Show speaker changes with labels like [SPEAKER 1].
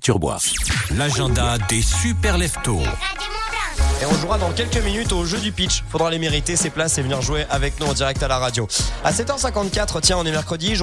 [SPEAKER 1] Turbois. L'agenda des super leftos.
[SPEAKER 2] Et on jouera dans quelques minutes au jeu du pitch. Faudra les mériter, ces places, et venir jouer avec nous en direct à la radio. À 7h54, tiens, on est mercredi.